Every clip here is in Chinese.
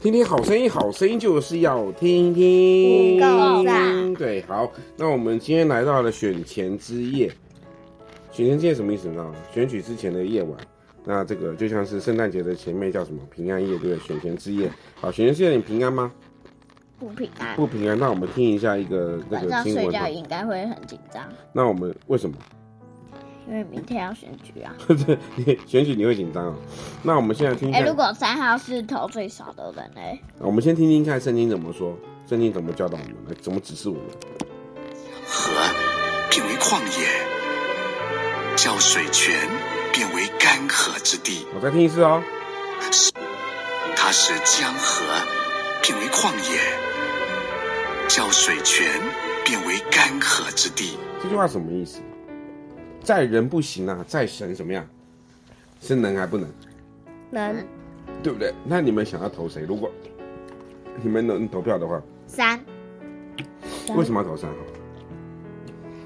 听听好声音，好声音就是要听听。不够赞对，好，那我们今天来到了选前之夜。选前之夜什么意思呢？选举之前的夜晚。那这个就像是圣诞节的前面叫什么平安夜，对不对？选前之夜。好，选前之夜你平安吗？不平安。不平安。那我们听一下一个那晚个上新睡闻觉吧。应该会很紧张，那我们为什么？ 因为明天要选举啊。对，你选举你会紧张哦。那我们现在听一哎、下，如果三号是投最少的人呢、我们先听听看圣经怎么说，圣经怎么教导我们，来怎么指示我们。河变为旷野，叫水泉变为干涸之地。我再听一次哦。它使江河变为旷野，叫水泉变为干涸之地。这句话什么意思？在人不行啊，在神怎么样？是能还不能，能对不对？那你们想要投谁？如果你们能投票的话，三，为什么要投三号？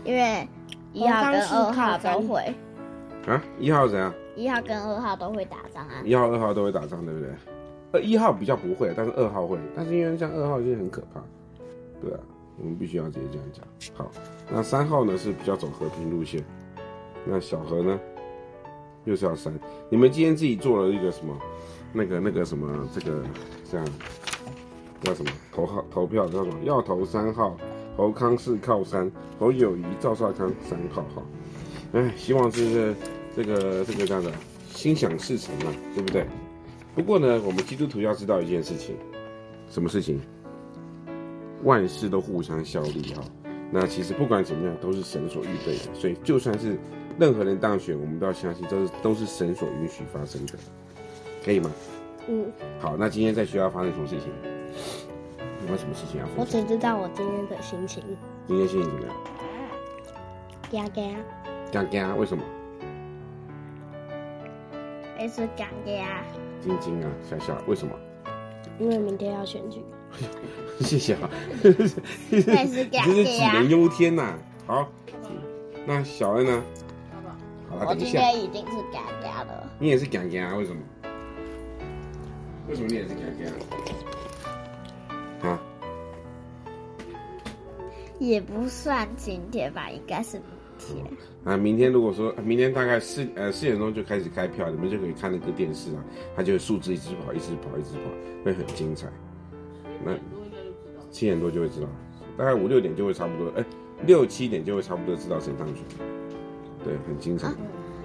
因为一号跟二号都会，啊，一号怎样？一号跟二号都会打仗啊。一号、二号都会打仗，对不对？呃，一号比较不会，但是二号会。但是因为像二号就很可怕，对啊，我们必须要直接这样讲。好，那三号呢是比较走和平路线，那小何呢又是要三。你们今天自己做了一个什么？那个那个什么，这个这样叫什么？投号投票叫什么？要投三号，侯康是靠山，侯友谊、赵少康三号哈。哎，希望这个这个这个这样的心想事成嘛，对不对？不过呢，我们基督徒要知道一件事情，什么事情？万事都互相效力哈、那其实不管怎么样，都是神所预备的，所以就算是任何人当选，我们都要相信这是都是神所允许发生的，可以吗？嗯，好，那今天在学校发生什么事情？有没有什么事情要分我享？只知道我今天的心情，今天心情怎么样？嘎嘎，干干啊？为什么？也是感觉啊，晶晶啊，小小，为什么？因为明天要选举。谢谢啊，也是你感真是觉杞啊。人忧天呐、好，那小恩呢？好了，我等一今下，天已经是感觉了，你也是干干啊？为什么？为什么你也是干干啊？啊？也不算今天吧，应该是明天。啊，明天如果说明天大概四呃四点钟就开始开票，你们就可以看那个电视啊，它就数字一直跑，一直跑，一直跑，会很精彩。那七点多就会知道，大概五六点就会差不多，哎、六七点就会差不多知道谁当选。对，很精彩。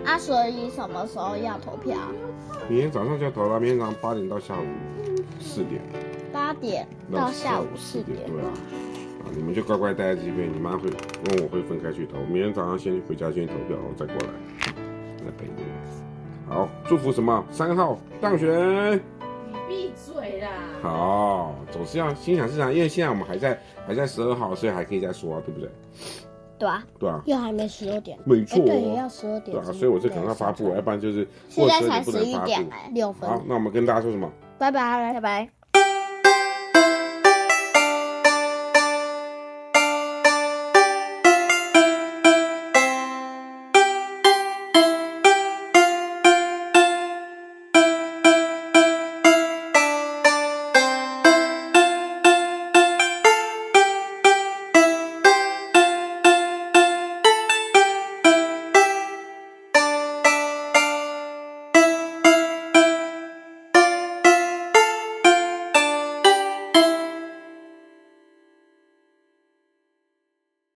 啊，所以什么时候要投票？明天早上就要投了，明天早上八点到下午四点八点到下午四点。对啊，啊，你们就乖乖待在这边，你妈会跟我会分开去投，明天早上先回家先投票，然后再过来，再陪你们。好，祝福什么？三号当选。闭嘴啦！好，总是要心想事成，因为现在我们还在还在十二号，所以还可以再说啊，对不对？对啊，对啊，又还没十二点，没哎、错、哦对，要十二点。对啊，所以我就赶快发布，要不然就是现过在十二才点不十能一发点布。哎、六分。好，那我们跟大家说什么？拜拜，拜拜。